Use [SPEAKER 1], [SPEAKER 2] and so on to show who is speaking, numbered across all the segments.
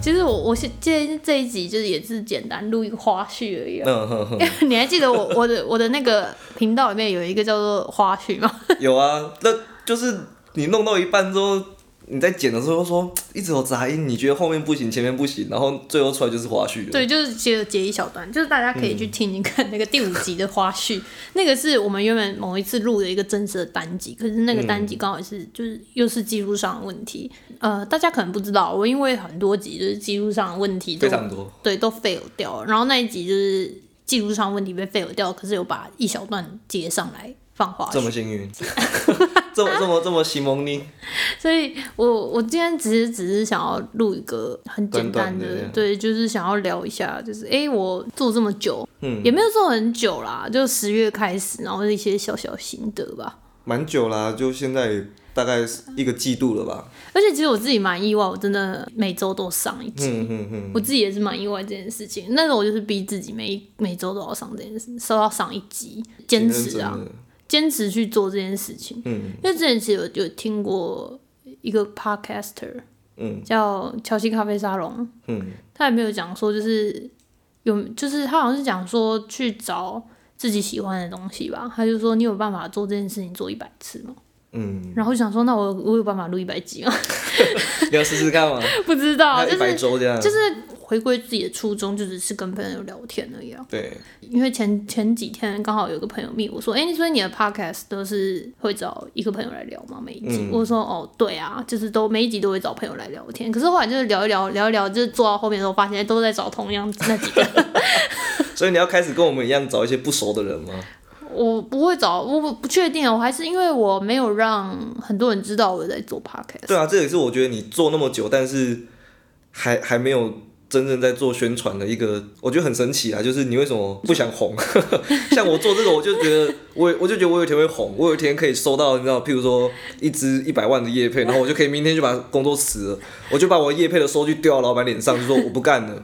[SPEAKER 1] 其实我我是这这一集就是也是简单录一个花絮而已、啊。
[SPEAKER 2] 嗯哼哼，
[SPEAKER 1] 你还记得我 我的我的那个频道里面有一个叫做花絮吗？
[SPEAKER 2] 有啊，那就是你弄到一半之后，你在剪的时候说一直有杂音，你觉得后面不行，前面不行，然后最后出来就是花絮了。
[SPEAKER 1] 对，就是截截一小段，就是大家可以去听一看那个第五集的花
[SPEAKER 2] 嗯
[SPEAKER 1] 絮，那个是我们原本某一次录的一个真实的单集，可是那个单集刚好是、就是又是技术上的问题，呃，大家可能不知道，我因为很多集就是技术上的问题都
[SPEAKER 2] 非常多，
[SPEAKER 1] 对都 fail 掉了，然后那一集就是技术上问题被 fail 掉，可是有把一小段接上来放花
[SPEAKER 2] 这
[SPEAKER 1] 絮，
[SPEAKER 2] 么幸运， 这么这么这么西蒙尼，
[SPEAKER 1] 所以我我今天只是只是想要录一个很简单
[SPEAKER 2] 短短的
[SPEAKER 1] 对，就是想要聊一下，就是诶，我做这么久，
[SPEAKER 2] 嗯，
[SPEAKER 1] 也没有做很久啦，就十月开始，然后一些小小心得吧。
[SPEAKER 2] 蛮久啦、就现在大概是一个季度了 吧。
[SPEAKER 1] 而且其实我自己蛮意外，我真的每周都上一集，
[SPEAKER 2] 嗯嗯嗯，
[SPEAKER 1] 我自己也是蛮意外这件事情。那时候我就是逼自己每每周都要上这件事，都要上一集，坚持啊
[SPEAKER 2] 挺，认真的，
[SPEAKER 1] 坚持去做这件事情。
[SPEAKER 2] 嗯
[SPEAKER 1] 因为之前其实有有听过一个 podcaster
[SPEAKER 2] 嗯
[SPEAKER 1] 叫乔西咖啡沙龙，
[SPEAKER 2] 嗯，
[SPEAKER 1] 他也没有讲说就是有，就是他好像是讲说去找自己喜欢的东西吧。他就说你有办法做这件事情做一百次吗？
[SPEAKER 2] 嗯，
[SPEAKER 1] 然后我想说那我我有办法录一百集吗？
[SPEAKER 2] 你要试试看吗？
[SPEAKER 1] 不知道，
[SPEAKER 2] 还
[SPEAKER 1] 就
[SPEAKER 2] 一百
[SPEAKER 1] 是
[SPEAKER 2] 周这样，
[SPEAKER 1] 就是回归自己的初衷，就只是跟朋友聊天而已啊。
[SPEAKER 2] 对，
[SPEAKER 1] 因为前前几天刚好有个朋友密我说，哎、所以你的 podcast 都是会找一个朋友来聊吗？每一集？
[SPEAKER 2] 嗯
[SPEAKER 1] 我说哦，对啊，就是都每一集都会找朋友来聊天。可是后来就是聊一聊，聊一聊，就是做到后面的时候，发现哎都在找同样那几个
[SPEAKER 2] 所以你要开始跟我们一样找一些不熟的人吗？
[SPEAKER 1] 我不会找，我不不确定，我还是因为我没有让很多人知道我在做 podcast。
[SPEAKER 2] 对啊，这也是我觉得你做那么久，但是还还没有真正在做宣传的一个，我觉得很神奇啊。就是你为什么不想红？ 像我做这个，我就觉得我我就觉得我有一天会红，我有一天可以收到你知道，譬如说一支一百万的业配，然后我就可以明天就把工作辞了，我就把我业配的收据丢到老板脸上，就说我不干了。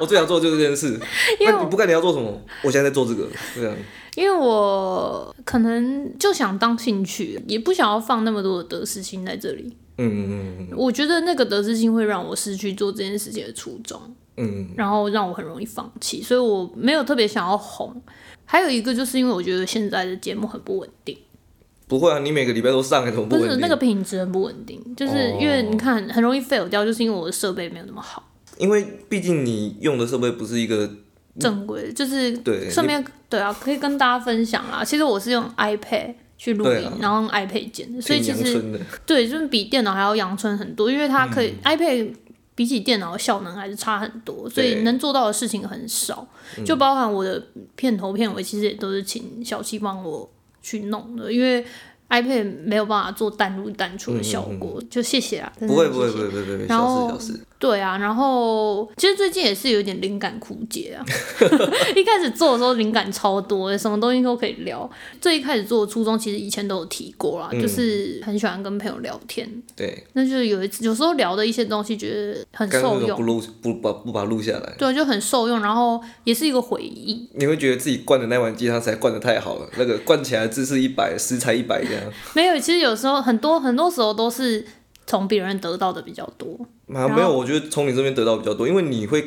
[SPEAKER 2] 我最想做的就是这件事。
[SPEAKER 1] 因为
[SPEAKER 2] 那你不干你要做什么？我现在在做这个，这样。
[SPEAKER 1] 因为我可能就想当兴趣，也不想要放那么多的得失心在这里。
[SPEAKER 2] 嗯嗯嗯
[SPEAKER 1] 我觉得那个得失心会让我失去做这件事情的初衷，
[SPEAKER 2] 嗯
[SPEAKER 1] 然后让我很容易放弃，所以我没有特别想要红。还有一个就是因为我觉得现在的节目很不稳定，
[SPEAKER 2] 不会啊，你每个礼拜都上，怎么
[SPEAKER 1] 不
[SPEAKER 2] 稳
[SPEAKER 1] 是
[SPEAKER 2] 定？哦
[SPEAKER 1] 那个品质很不稳定，就是因为你看很容易 fail 掉，就是因为我的设备没有那么好。
[SPEAKER 2] 因为毕竟你用的设备不是一个
[SPEAKER 1] 正规，就是
[SPEAKER 2] 对
[SPEAKER 1] 顺便对啊，可以跟大家分享啦。其实我是用 iPad 去录
[SPEAKER 2] 对
[SPEAKER 1] 音，
[SPEAKER 2] 啊
[SPEAKER 1] 然后用 iPad 剪的，所以
[SPEAKER 2] 挺
[SPEAKER 1] 其
[SPEAKER 2] 阳
[SPEAKER 1] 实
[SPEAKER 2] 春的。
[SPEAKER 1] 对，就是比电脑还要阳春很多，因为它可以、iPad
[SPEAKER 2] 嗯
[SPEAKER 1] 比起电脑的效能还是差很多，所以
[SPEAKER 2] 对嗯
[SPEAKER 1] 能做到的事情很少，就包含我的片头片尾，其实也都是请小七帮我去弄的，因为 iPad 没有办法做单入单出的效果，就谢谢啦，真的
[SPEAKER 2] 嗯不会
[SPEAKER 1] 很
[SPEAKER 2] 不会
[SPEAKER 1] 谢谢
[SPEAKER 2] 不会不会不会，
[SPEAKER 1] 然后
[SPEAKER 2] 小事小事。
[SPEAKER 1] 对啊，然后其实最近也是有点灵感枯竭啊。 一开始做的时候灵感超多欸的，什么东西都可以聊。最一开始做的初衷，其实以前都有提过啦，
[SPEAKER 2] 嗯
[SPEAKER 1] 就是很喜欢跟朋友聊天。
[SPEAKER 2] 对，
[SPEAKER 1] 那就是有一次，有时候聊的一些东西，觉得很
[SPEAKER 2] 刚刚
[SPEAKER 1] 受
[SPEAKER 2] 那种不
[SPEAKER 1] 用，
[SPEAKER 2] 录不把不把它录下来，
[SPEAKER 1] 对，就很受用，然后也是一个回忆。
[SPEAKER 2] 你会觉得自己灌的那碗鸡汤实在灌的太好了，那个灌起来的姿势一百，食材一 百这样，
[SPEAKER 1] 没有，其实有时候很多很多时候都是从别人得到的比较多。
[SPEAKER 2] 啊没有，我觉得从你这边得到比较多，因为你会。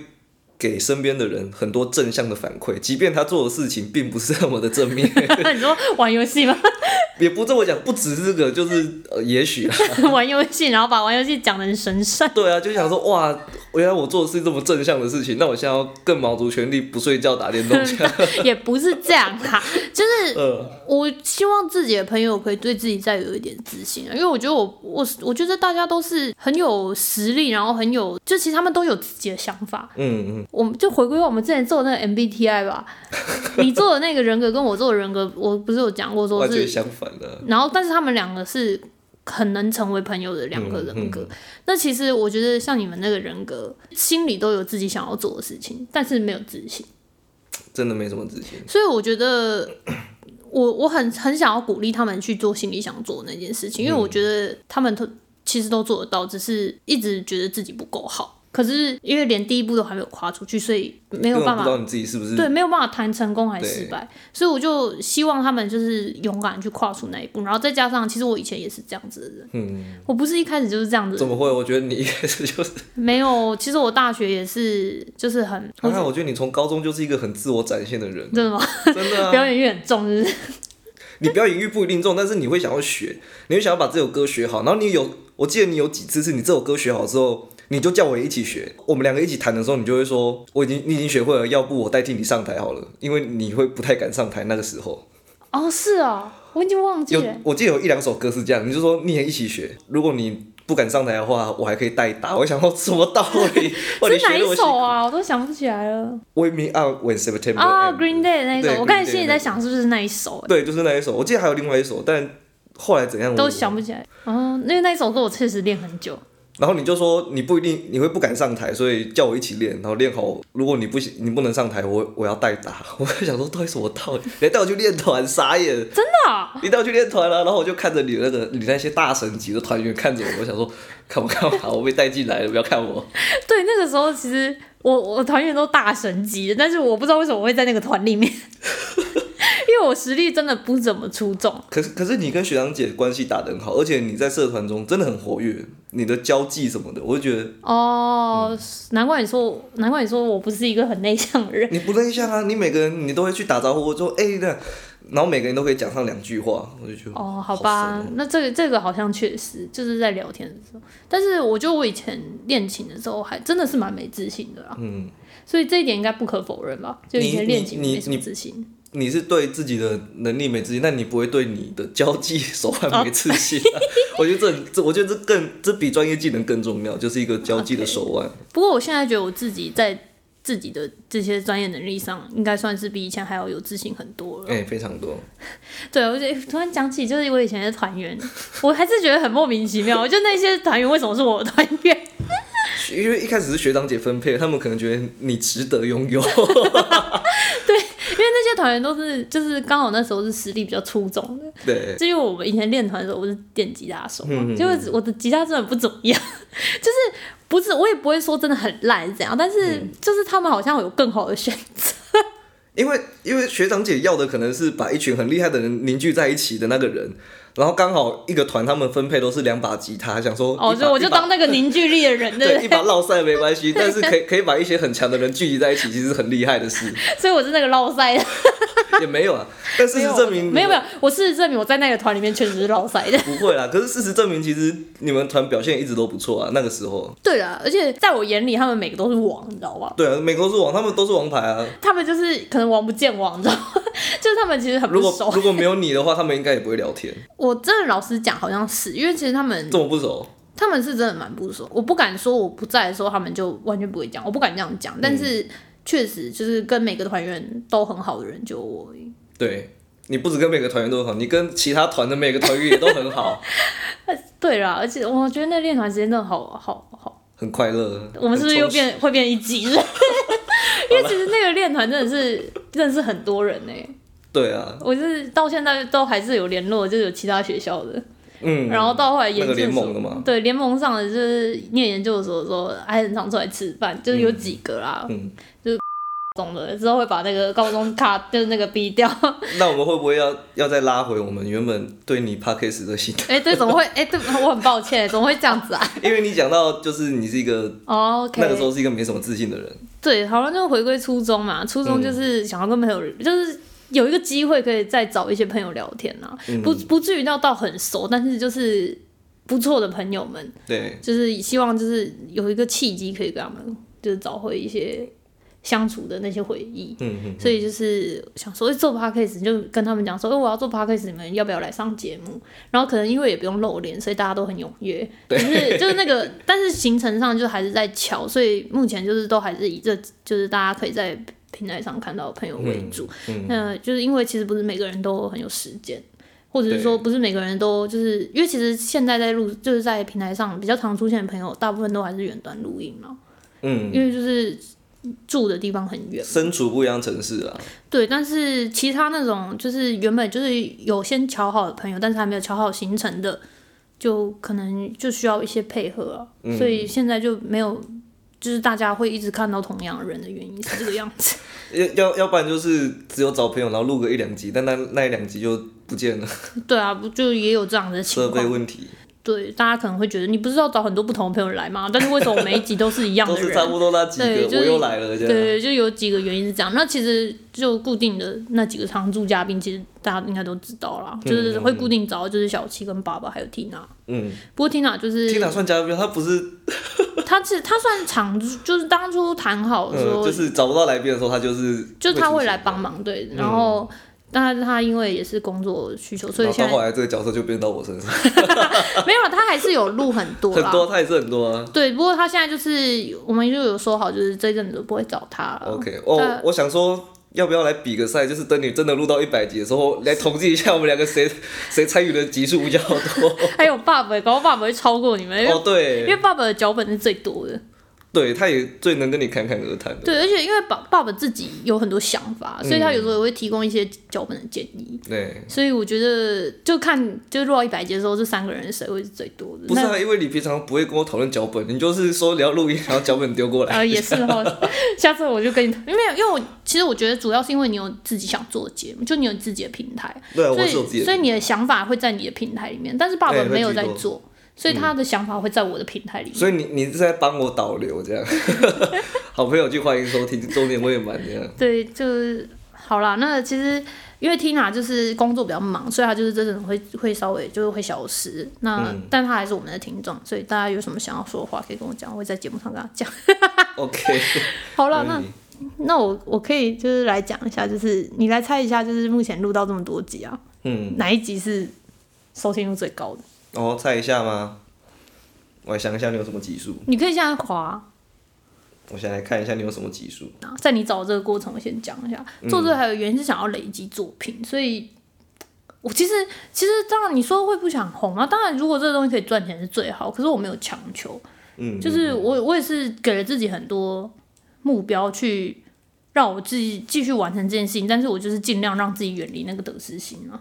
[SPEAKER 2] 给身边的人很多正向的反馈，即便他做的事情并不是那么的正面，
[SPEAKER 1] 你说玩游戏吗？
[SPEAKER 2] 也不这么讲，不止这个，就是呃，也许啊，
[SPEAKER 1] 玩游戏，然后把玩游戏讲得很神圣。
[SPEAKER 2] 对啊，就想说哇，原来我做的是这么正向的事情，那我现在要更卯足全力，不睡觉打电动，这样
[SPEAKER 1] 也不是这样啦，就是
[SPEAKER 2] 呃，
[SPEAKER 1] 我希望自己的朋友可以对自己再有一点自信啊，因为我觉得我我我觉得大家都是很有实力，然后很有，就其实他们都有自己的想法。
[SPEAKER 2] 嗯嗯，
[SPEAKER 1] 我们就回归到我们之前做的那个 MBTI 吧，你做的那个人格跟我做的人格，我不是有讲过说
[SPEAKER 2] 完全
[SPEAKER 1] 是，
[SPEAKER 2] 相反的，
[SPEAKER 1] 然后但是他们两个是很能成为朋友的两个人格。那其实我觉得像你们那个人格，心里都有自己想要做的事情，但是没有自信。
[SPEAKER 2] 真的没什么自信。
[SPEAKER 1] 所以我觉得我我很很想要鼓励他们去做心里想做的那件事情，因为我觉得他们都其实都做得到，只是一直觉得自己不够好。可是因为连第一步都还没有跨出去，所以没有
[SPEAKER 2] 根本
[SPEAKER 1] 办
[SPEAKER 2] 不
[SPEAKER 1] 法
[SPEAKER 2] 知道你自己是不是
[SPEAKER 1] 对，没有办法谈成功还
[SPEAKER 2] 对
[SPEAKER 1] 失败，所以我就希望他们就是勇敢去跨出那一步，然后再加上，其实我以前也是这样子的人，嗯，我不是一开始就是这样子的
[SPEAKER 2] 怎
[SPEAKER 1] 人，
[SPEAKER 2] 么会？我觉得你一开始就是，
[SPEAKER 1] 没有，其实我大学也是，就是很，我
[SPEAKER 2] 啊，我觉得你从高中就是一个很自我展现的人，
[SPEAKER 1] 真的吗？
[SPEAKER 2] 真的啊。
[SPEAKER 1] 表演欲很重，是不是？
[SPEAKER 2] 你表演欲不一定重，但是你会想要学，你会想要把这首歌学好。然后你有，我记得你有几次是你这首歌学好之后，你就叫我一起学，我们两个一起弹的时候，你就会说我已经你已经学会了，要不我代替你上台好了，因为你会不太敢上台那个时候。
[SPEAKER 1] 哦，是哦，我已经忘记
[SPEAKER 2] 有
[SPEAKER 1] 了，
[SPEAKER 2] 我记得有一两首歌是这样，你就说你也一起学，如果你不敢上台的话，我还可以代打。我想说什么道理？哇
[SPEAKER 1] 是
[SPEAKER 2] 你学
[SPEAKER 1] 哪
[SPEAKER 2] 得
[SPEAKER 1] 一
[SPEAKER 2] 我
[SPEAKER 1] 首啊？我都想不起来了。
[SPEAKER 2] ？Wake me up when September
[SPEAKER 1] 啊
[SPEAKER 2] ends
[SPEAKER 1] ，Green Day 那一
[SPEAKER 2] 对
[SPEAKER 1] 首，我
[SPEAKER 2] Green
[SPEAKER 1] 刚才
[SPEAKER 2] Day
[SPEAKER 1] 心里
[SPEAKER 2] 那
[SPEAKER 1] 在
[SPEAKER 2] 首
[SPEAKER 1] 想是不是那一首，
[SPEAKER 2] 对，就是那一首。我记得还有另外一首，但后来怎样我
[SPEAKER 1] 都想不起来。哦，因为那一首歌我确实练很久。
[SPEAKER 2] 然后你就说你不一定你会不敢上台，所以叫我一起练，然后练好。如果你不行，你不能上台，我我要代打。我就想说到底什么道理？你还带我去练团，傻眼！真的、
[SPEAKER 1] 啊
[SPEAKER 2] 你带我去练团啊了、然后我就看着你那个你那些大神级的团员看着我，我想说 看我干嘛？我被带进来了，不要看我。
[SPEAKER 1] 对，那个时候其实我我团员都大神级的，但是我不知道为什么我会在那个团里 面，因为我实力真的不怎么出众。
[SPEAKER 2] 可是可是你跟学长姐关系打得很好，而且你在社团中真的很活跃，你的交际什么的，我就觉得
[SPEAKER 1] 哦，
[SPEAKER 2] 嗯
[SPEAKER 1] 难怪你说，难怪你说我不是一个很内向的人。
[SPEAKER 2] 你不内向啊，你每个人你都会去打招呼，我说哎、那，然后每个人都可以讲上两句话，我就觉得
[SPEAKER 1] 哦，好
[SPEAKER 2] 神
[SPEAKER 1] 吧，
[SPEAKER 2] 哦
[SPEAKER 1] 那这个这个好像确实就是在聊天的时候，但是我觉得我以前练琴的时候还真的是蛮没自信的啦，
[SPEAKER 2] 嗯，
[SPEAKER 1] 所以这一点应该不可否认吧？就以
[SPEAKER 2] 你
[SPEAKER 1] 前练琴
[SPEAKER 2] 你
[SPEAKER 1] 没什
[SPEAKER 2] 你
[SPEAKER 1] 么自信，
[SPEAKER 2] 你是对自己的能力没自信，但你不会对你的交际手腕没自信、啊。 我觉得这很这，我觉得这更这比专业技能更重要，就是一个交际的手腕。
[SPEAKER 1] 不过我现在觉得我自己在自己的这些专业能力上，应该算是比以前还要有自信很多了。
[SPEAKER 2] 哎、非常多。
[SPEAKER 1] 对，我就突然讲起，就是我以前的团员，我还是觉得很莫名其妙，就那些团员为什么是我的团员？
[SPEAKER 2] 因为一开始是学长姐分配，他们可能觉得你值得拥有。
[SPEAKER 1] 因为那些团员都是就是刚好那时候是实力比较出众的，
[SPEAKER 2] 对，嗯
[SPEAKER 1] 就因为我们以前练团的时候，我是电吉他手嘛，结果我的吉他真的不怎么样， 就是不是我也不会说真的很烂这样，但是
[SPEAKER 2] 嗯
[SPEAKER 1] 就是他们好像有更好的选择。
[SPEAKER 2] 因为因为学长姐要的可能是把一群很厉害的人凝聚在一起的那个人，然后刚好一个团他们分配都是两把吉他，想说
[SPEAKER 1] 哦，
[SPEAKER 2] 一把
[SPEAKER 1] 所以我就
[SPEAKER 2] 一把
[SPEAKER 1] 当那个凝聚力的人，对
[SPEAKER 2] 对
[SPEAKER 1] 不
[SPEAKER 2] 一
[SPEAKER 1] 对？
[SPEAKER 2] 把落赛没关系，但是可以可以把一些很强的人聚集在一起，其实是很厉害 的事。
[SPEAKER 1] 所以我是那个捞 塞的，
[SPEAKER 2] 也没有啊，但事
[SPEAKER 1] 没
[SPEAKER 2] 实
[SPEAKER 1] 有
[SPEAKER 2] 证明
[SPEAKER 1] 没有没
[SPEAKER 2] 有
[SPEAKER 1] 有，我事实证明我在那个团里面确实是捞塞的。
[SPEAKER 2] 不会啦。可是事实证明，其实你们团表现一直都不错啊。那个时候，
[SPEAKER 1] 对了，而且在我眼里，他们每个都是王，你知道吧？
[SPEAKER 2] 对啊，美国是王，他们都是王牌啊。
[SPEAKER 1] 他们就是可能王不见王，你知道吗？ 就是他们其实很
[SPEAKER 2] 如
[SPEAKER 1] 不
[SPEAKER 2] 果
[SPEAKER 1] 熟。
[SPEAKER 2] 如果没有你的话，他们应该也不会聊天，
[SPEAKER 1] 我真的老实讲，好像是因为其实他们
[SPEAKER 2] 这么不熟。
[SPEAKER 1] 他们是真的蛮不熟，我不敢说我不在的时候他们就完全不会讲，我不敢这样讲，但是确实就是跟每个团员都很好的人就我而已，
[SPEAKER 2] 对你不止跟每个团员都很好，你跟其他团的每个团员也都很好，
[SPEAKER 1] 对啦，而且我觉得那练团时间真的好好好，
[SPEAKER 2] 很快乐。
[SPEAKER 1] 我们是不是又
[SPEAKER 2] 很充实？
[SPEAKER 1] 变会变一级人？因为其实那个练团真的是认识很多人呢、欸
[SPEAKER 2] 对啊，
[SPEAKER 1] 我是到现在都还是有联络，就是有其他学校的，
[SPEAKER 2] 嗯，
[SPEAKER 1] 然后到后来研
[SPEAKER 2] 那
[SPEAKER 1] 究
[SPEAKER 2] 个联
[SPEAKER 1] 所
[SPEAKER 2] 盟的嘛
[SPEAKER 1] 对联盟上的就是念研究所的时候，还很常出来吃饭，就是有几个啦，
[SPEAKER 2] 嗯，
[SPEAKER 1] 懂的之后会把那个高中卡就是那个逼掉。
[SPEAKER 2] 那我们会不会要要再拉回我们原本对你 p a c k a s e 的心态？
[SPEAKER 1] 哎、对，怎么会？哎、对，我很抱歉，怎么会这样子 啊、
[SPEAKER 2] 因为你讲到就是你是一个
[SPEAKER 1] o o
[SPEAKER 2] 那个时
[SPEAKER 1] k
[SPEAKER 2] 候是一个没什么自信的人，
[SPEAKER 1] 对，好像就回归初衷嘛，初衷
[SPEAKER 2] 嗯
[SPEAKER 1] 就是想要跟朋友，就是有一个机会可以再找一些朋友聊天啊，
[SPEAKER 2] 嗯
[SPEAKER 1] 不不至于到到很熟，但是就是不错的朋友们，
[SPEAKER 2] 对，
[SPEAKER 1] 就是希望就是有一个契机可以跟他们就是找回一些相处的那些回忆。
[SPEAKER 2] 嗯嗯。
[SPEAKER 1] 所以就是想说，欸做 podcast 就跟他们讲说，欸我要做 podcast，你们要不要来上节目？然后可能因为也不用露脸，所以大家都很踊跃。就是就是那个，但是行程上就还是在瞧，所以目前就是都还是以这就是大家可以在平台上看到的朋友为主。那就是因为其实不是每个人都很有时间。或者是说，不是每个人都就是因为其实现在在录，就是在平台上比较常出现的朋友，大部分都还是远端录音嘛，
[SPEAKER 2] 嗯，
[SPEAKER 1] 因为就是住的地方很远嘛。
[SPEAKER 2] 身处不一样城市啊，
[SPEAKER 1] 对，但是其他那种就是原本就是有先瞧好的朋友，但是还没有瞧好行程
[SPEAKER 2] 嗯
[SPEAKER 1] 的，就可能就需要一些配合啊。所以现在就没有就是大家会一直看到同样的人的原因是这个样子。
[SPEAKER 2] 要要要不然就是只有找朋友，然后录个一两集，但那那一两集就不见了，
[SPEAKER 1] 对啊，不就也有这样的情
[SPEAKER 2] 设备
[SPEAKER 1] 况？
[SPEAKER 2] 问题
[SPEAKER 1] 对，大家可能会觉得你不是要找很多不同的朋友来吗？但是为什么每一集都是一样
[SPEAKER 2] 都
[SPEAKER 1] 的
[SPEAKER 2] 是差
[SPEAKER 1] 人？
[SPEAKER 2] 不多那几
[SPEAKER 1] 对
[SPEAKER 2] 个，
[SPEAKER 1] 就是
[SPEAKER 2] 我又来了这样。
[SPEAKER 1] 对，就有几个原因是这样。那其实就固定的那几个常驻嘉宾，其实大家应该都知道啦，就是会固定找就是小七跟爸爸还有缇娜。
[SPEAKER 2] 嗯，
[SPEAKER 1] 不过缇娜就是
[SPEAKER 2] 听哪算嘉宾？他不是，
[SPEAKER 1] 他是他算常驻，就是当初谈好的时
[SPEAKER 2] 嗯，
[SPEAKER 1] 候，
[SPEAKER 2] 就是找不到来宾的时候，他就是
[SPEAKER 1] 就他
[SPEAKER 2] 会
[SPEAKER 1] 会
[SPEAKER 2] 出现
[SPEAKER 1] 来帮忙，对，然后。但是他因为也是工作需求，所以
[SPEAKER 2] 然后
[SPEAKER 1] 现
[SPEAKER 2] 到
[SPEAKER 1] 在
[SPEAKER 2] 后来这个角色就变到我身上，
[SPEAKER 1] 没有，他还是有录很多
[SPEAKER 2] 很
[SPEAKER 1] 啦。
[SPEAKER 2] 多他也是很多啊。
[SPEAKER 1] 对，不过他现在就是我们就有说好，就是这一阵子不会找他了。
[SPEAKER 2] OK，哦
[SPEAKER 1] 那，
[SPEAKER 2] 我想说。要不要来比个赛？就是等你真的录到一百集的时候，来统计一下我们两 个谁谁参与的集数比较多。
[SPEAKER 1] 还有爸爸，搞不好爸爸会超过你们，因为、
[SPEAKER 2] 哦，
[SPEAKER 1] 哎因
[SPEAKER 2] 对，
[SPEAKER 1] 为爸爸的脚本是最多的。
[SPEAKER 2] 对，他也最能跟你侃侃而谈的。
[SPEAKER 1] 对，而且因为爸爸爸自己有很多想法，所以他有时候也会提供一些脚本的建议。
[SPEAKER 2] 对，
[SPEAKER 1] 所以我觉得就看就录到一百集的时候，这三个人谁会是最多的？
[SPEAKER 2] 不是
[SPEAKER 1] 那
[SPEAKER 2] 啊，因为你平常不会跟我讨论脚本，你就是说你要录音，然后脚本丢过来。
[SPEAKER 1] 呃，也是哦。 下次我就跟你，因为因为我其实我觉得主要是因为你有自己想做的节目，就你有自己的平台，
[SPEAKER 2] 对啊，
[SPEAKER 1] 所
[SPEAKER 2] 我
[SPEAKER 1] 以
[SPEAKER 2] 是有自己
[SPEAKER 1] 所以
[SPEAKER 2] 的。
[SPEAKER 1] 你的想法会在你的平台里面，但是爸爸
[SPEAKER 2] 哎会
[SPEAKER 1] 没有
[SPEAKER 2] 居
[SPEAKER 1] 在
[SPEAKER 2] 多
[SPEAKER 1] 做，所以他的想法会在我的平台里面。
[SPEAKER 2] 嗯所以你你是在帮我导流 这样，好朋友去欢迎收听周年未满这样，
[SPEAKER 1] 对，就是好啦。那其实因为 Tina 就是工作比较忙，所以她就是真的会会稍微就是会消失。那、
[SPEAKER 2] 嗯
[SPEAKER 1] 但她还是我们的听众，所以大家有什么想要说的话可以跟我讲，我会在节目上跟她讲。
[SPEAKER 2] OK，
[SPEAKER 1] 好了，那
[SPEAKER 2] 可以
[SPEAKER 1] 那我我可以就是来讲一下，就是你来猜一下，就是目前录到这么多集啊，
[SPEAKER 2] 嗯，
[SPEAKER 1] 哪一集是收听率最高的？
[SPEAKER 2] 哦，猜一下吗？我来想一下你有什么集数，
[SPEAKER 1] 你可以现在滑。
[SPEAKER 2] 我先来看一下你有什么集数。
[SPEAKER 1] 啊在你找这个过程，我先讲一下，做这个还有原因是想要累积作品，所以我其实其实当然你说会不想红啊，当然如果这个东西可以赚钱是最好，可是我没有强求，
[SPEAKER 2] 嗯，
[SPEAKER 1] 就是我我也是给了自己很多目标去让我自己继续完成这件事情，但是我就是尽量让自己远离那个得失心啊。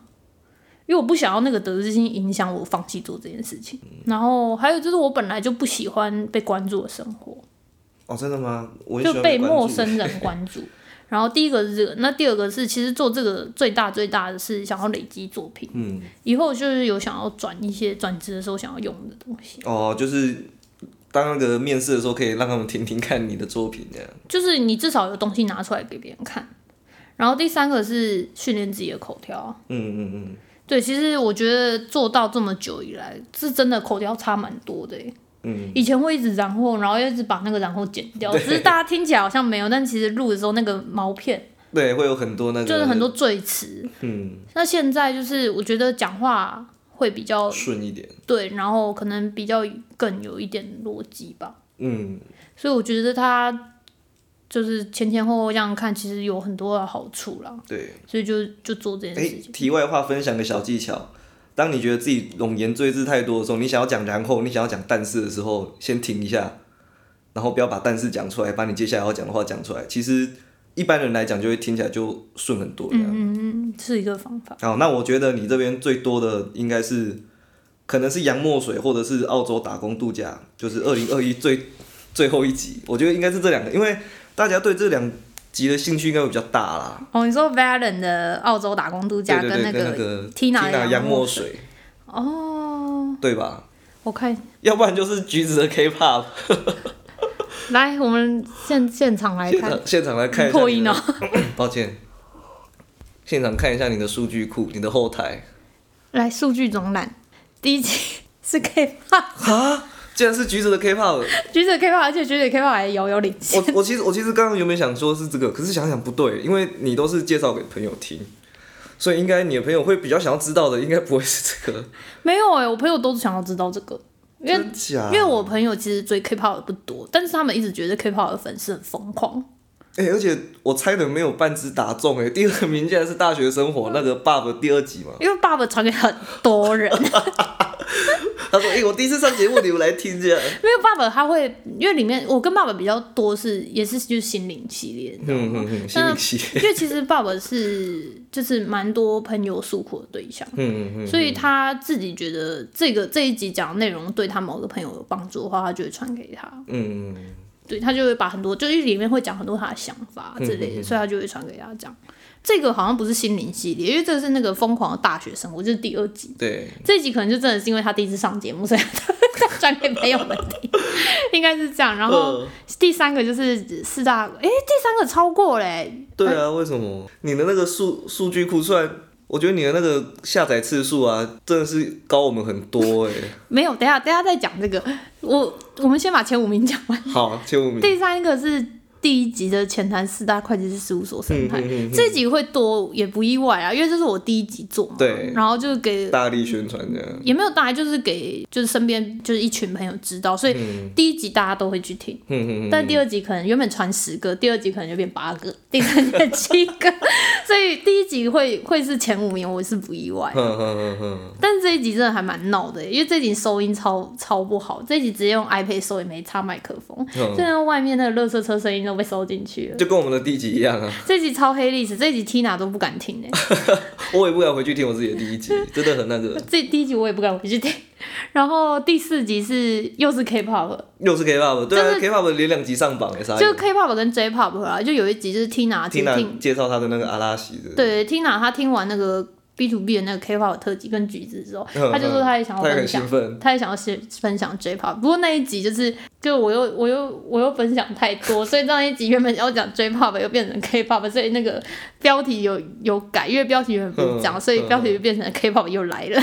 [SPEAKER 1] 因为我不想要那个得失心影响我放弃做这件事情，
[SPEAKER 2] 嗯
[SPEAKER 1] 然后还有就是我本来就不喜欢被关注的生活，
[SPEAKER 2] 哦，真的吗？我也
[SPEAKER 1] 就
[SPEAKER 2] 喜欢
[SPEAKER 1] 被
[SPEAKER 2] 关注
[SPEAKER 1] 陌 生人关注。然后第一个是这个，那第二个是其实做这个最大最大的是想要累积作品，
[SPEAKER 2] 嗯，
[SPEAKER 1] 以后就是有想要转一些转职的时候想要用的东西，
[SPEAKER 2] 哦，就是当那个面试的时候，可以让他们听听看你的作品这样。
[SPEAKER 1] 就是你至少有东西拿出来给别人看。然后第三个是训练自己的口条啊，
[SPEAKER 2] 嗯嗯嗯
[SPEAKER 1] 对，其实我觉得做到这么久以来，是真的口条差蛮多的耶。欸
[SPEAKER 2] 嗯，
[SPEAKER 1] 以前会一直然后，然后一直把那个然后剪掉，只是大家听起来好像没有，但其实录的时候那个毛片
[SPEAKER 2] 对，会有很多那个，
[SPEAKER 1] 就是很多赘词，
[SPEAKER 2] 嗯
[SPEAKER 1] 那现在就是我觉得讲话会比较
[SPEAKER 2] 顺一点，
[SPEAKER 1] 对，然后可能比较更有一点逻辑吧，
[SPEAKER 2] 嗯
[SPEAKER 1] 所以我觉得他就是前前后后这样看，其实有很多的好处啦，
[SPEAKER 2] 对。
[SPEAKER 1] 所以就就做这件
[SPEAKER 2] 哎
[SPEAKER 1] 事情。，
[SPEAKER 2] 题外话分享个小技巧：当你觉得自己冗言赘字太多的时候，你想要讲然后，你想要讲但是的时候，先停一下，然后不要把但是讲出来，把你接下来要讲的话讲出来。其实一般人来讲，就会听起来就顺很多这样。
[SPEAKER 1] 嗯嗯嗯，是一个方法。
[SPEAKER 2] 好，那我觉得你这边最多的应该是，可能是洋墨水，或者是澳洲打工度假，就是二零二一最最后一集，我觉得应该是这两个，因为大家对这两集的兴趣应该会比较大啦。
[SPEAKER 1] 哦，你说 Valen 的澳洲打工度假
[SPEAKER 2] 对
[SPEAKER 1] 跟
[SPEAKER 2] 对对，跟那
[SPEAKER 1] 个
[SPEAKER 2] Tina
[SPEAKER 1] 的
[SPEAKER 2] 洋
[SPEAKER 1] 墨
[SPEAKER 2] 墨水，
[SPEAKER 1] 哦，
[SPEAKER 2] 对吧？
[SPEAKER 1] 我看
[SPEAKER 2] 要不然就是橘子的 K-pop，
[SPEAKER 1] 来我们现现场来
[SPEAKER 2] 现
[SPEAKER 1] 看
[SPEAKER 2] 场现场来看一下
[SPEAKER 1] 破
[SPEAKER 2] 你
[SPEAKER 1] 音
[SPEAKER 2] 的
[SPEAKER 1] 哦，
[SPEAKER 2] 抱歉，现场看一下你的数据库，你的后台
[SPEAKER 1] 来数据总览，第一集 是 K pop，
[SPEAKER 2] 啊，竟然是橘子的 K-pop，
[SPEAKER 1] 橘子 K pop，而且橘子 K pop 还遥遥领先。
[SPEAKER 2] 我我其实我其实刚刚原本想说是这个，可是想想不对，因为你都是介绍给朋友听，所以应该你的朋友会比较想要知道的，应该不会是这个，
[SPEAKER 1] 没有哎、我朋友都想要知道这个， 因为
[SPEAKER 2] 真啊假？
[SPEAKER 1] 因为我朋友其实追 K-pop 的不多，但是他们一直觉得 K-pop 的粉丝很疯狂。
[SPEAKER 2] 哎、而且我猜的没有半只打中哎、第二名竟然是大学生活那个 Bob 第二集嘛，
[SPEAKER 1] 因为爸爸传给很多人，因
[SPEAKER 2] 他说哎、欸我第一次上节目你们来听 这样，
[SPEAKER 1] 为爸爸他会，因为里面我跟爸爸比较多是也是就是心灵系列，
[SPEAKER 2] 嗯嗯嗯，心里气，
[SPEAKER 1] 因为其实爸爸是就是蛮多朋友诉苦的对象，
[SPEAKER 2] 嗯嗯嗯。
[SPEAKER 1] 所以他自己觉得这个这一集讲的内容对他某个朋友有帮助的话，他就会传给他。
[SPEAKER 2] 嗯，
[SPEAKER 1] 对他就会把很多，就是里面会讲很多他的想法之类的，
[SPEAKER 2] 嗯嗯嗯
[SPEAKER 1] 所以他就会传给大家讲。这个好像不是心灵系列，因为这是那个疯狂的大学生活，就是第二集。
[SPEAKER 2] 对，
[SPEAKER 1] 这一集可能就真的是因为他第一次上节目，所以他 他传给朋友们听，应该是这样。 然后
[SPEAKER 2] 呃
[SPEAKER 1] 第三个就是四大，哎，第三个超过嘞，
[SPEAKER 2] 对啊，为什么你的那个数数据库虽然？我觉得你的那个下载次数啊，真的是高我们很多哎、
[SPEAKER 1] 没有，等一下等一下再讲这个。我我们先把前五名讲完。
[SPEAKER 2] 好，前五名。
[SPEAKER 1] 第三个是第一集的前谈四大会计师事务所生态，
[SPEAKER 2] 嗯嗯嗯嗯
[SPEAKER 1] 这集会多也不意外啊，因为这是我第一集做嘛，
[SPEAKER 2] 对
[SPEAKER 1] 然后就给
[SPEAKER 2] 大力宣传这样。
[SPEAKER 1] 也没有大家就是给就是身边就是一群朋友知道，所以第一集大家都会去听。
[SPEAKER 2] 嗯嗯嗯
[SPEAKER 1] 但第二集可能原本传十个，第二集可能就变八个，第三集七个，所以第一集会会是前五名，我是不意外
[SPEAKER 2] 嗯。嗯嗯嗯
[SPEAKER 1] 但是这一集真的还蛮闹的耶，因为这一集收音超超不好，这一集直接用 iPad 收也没插麦克风，
[SPEAKER 2] 嗯
[SPEAKER 1] 现在外面那个垃圾车声音都被收进去了
[SPEAKER 2] 嗯，。就跟我们的第几一 样啊，
[SPEAKER 1] 这一集超黑历史，这一集 Tina 都不敢 听哎，
[SPEAKER 2] 我也不敢回去听我自己的第一集，真的很那个，
[SPEAKER 1] 这第一集我也不敢回去听。然后第四集是又是 K-pop，
[SPEAKER 2] 又是 K-pop，对
[SPEAKER 1] 就
[SPEAKER 2] 啊，K-pop 连两集上榜哎，啥
[SPEAKER 1] 就 K-pop 跟 J-pop 啊，就有一集就是 Tina 去听，
[SPEAKER 2] Tina 介绍他的那个阿拉西的，
[SPEAKER 1] 对 Tina 她听完那个 B to B 的那个 K-pop 特辑跟橘子之后，
[SPEAKER 2] 嗯
[SPEAKER 1] 她就说她也想要
[SPEAKER 2] 他也
[SPEAKER 1] 分
[SPEAKER 2] 很
[SPEAKER 1] 享
[SPEAKER 2] 兴。 奋，
[SPEAKER 1] 他也想要是分享 J-pop，不过那一集就是，就我又我又我又分享太多，所以那一集原本要讲 J-pop 又变成 K-pop，所以那个标题有有改，因为标题原本不是讲，
[SPEAKER 2] 嗯
[SPEAKER 1] 所以标题就变成 K-pop 又来了。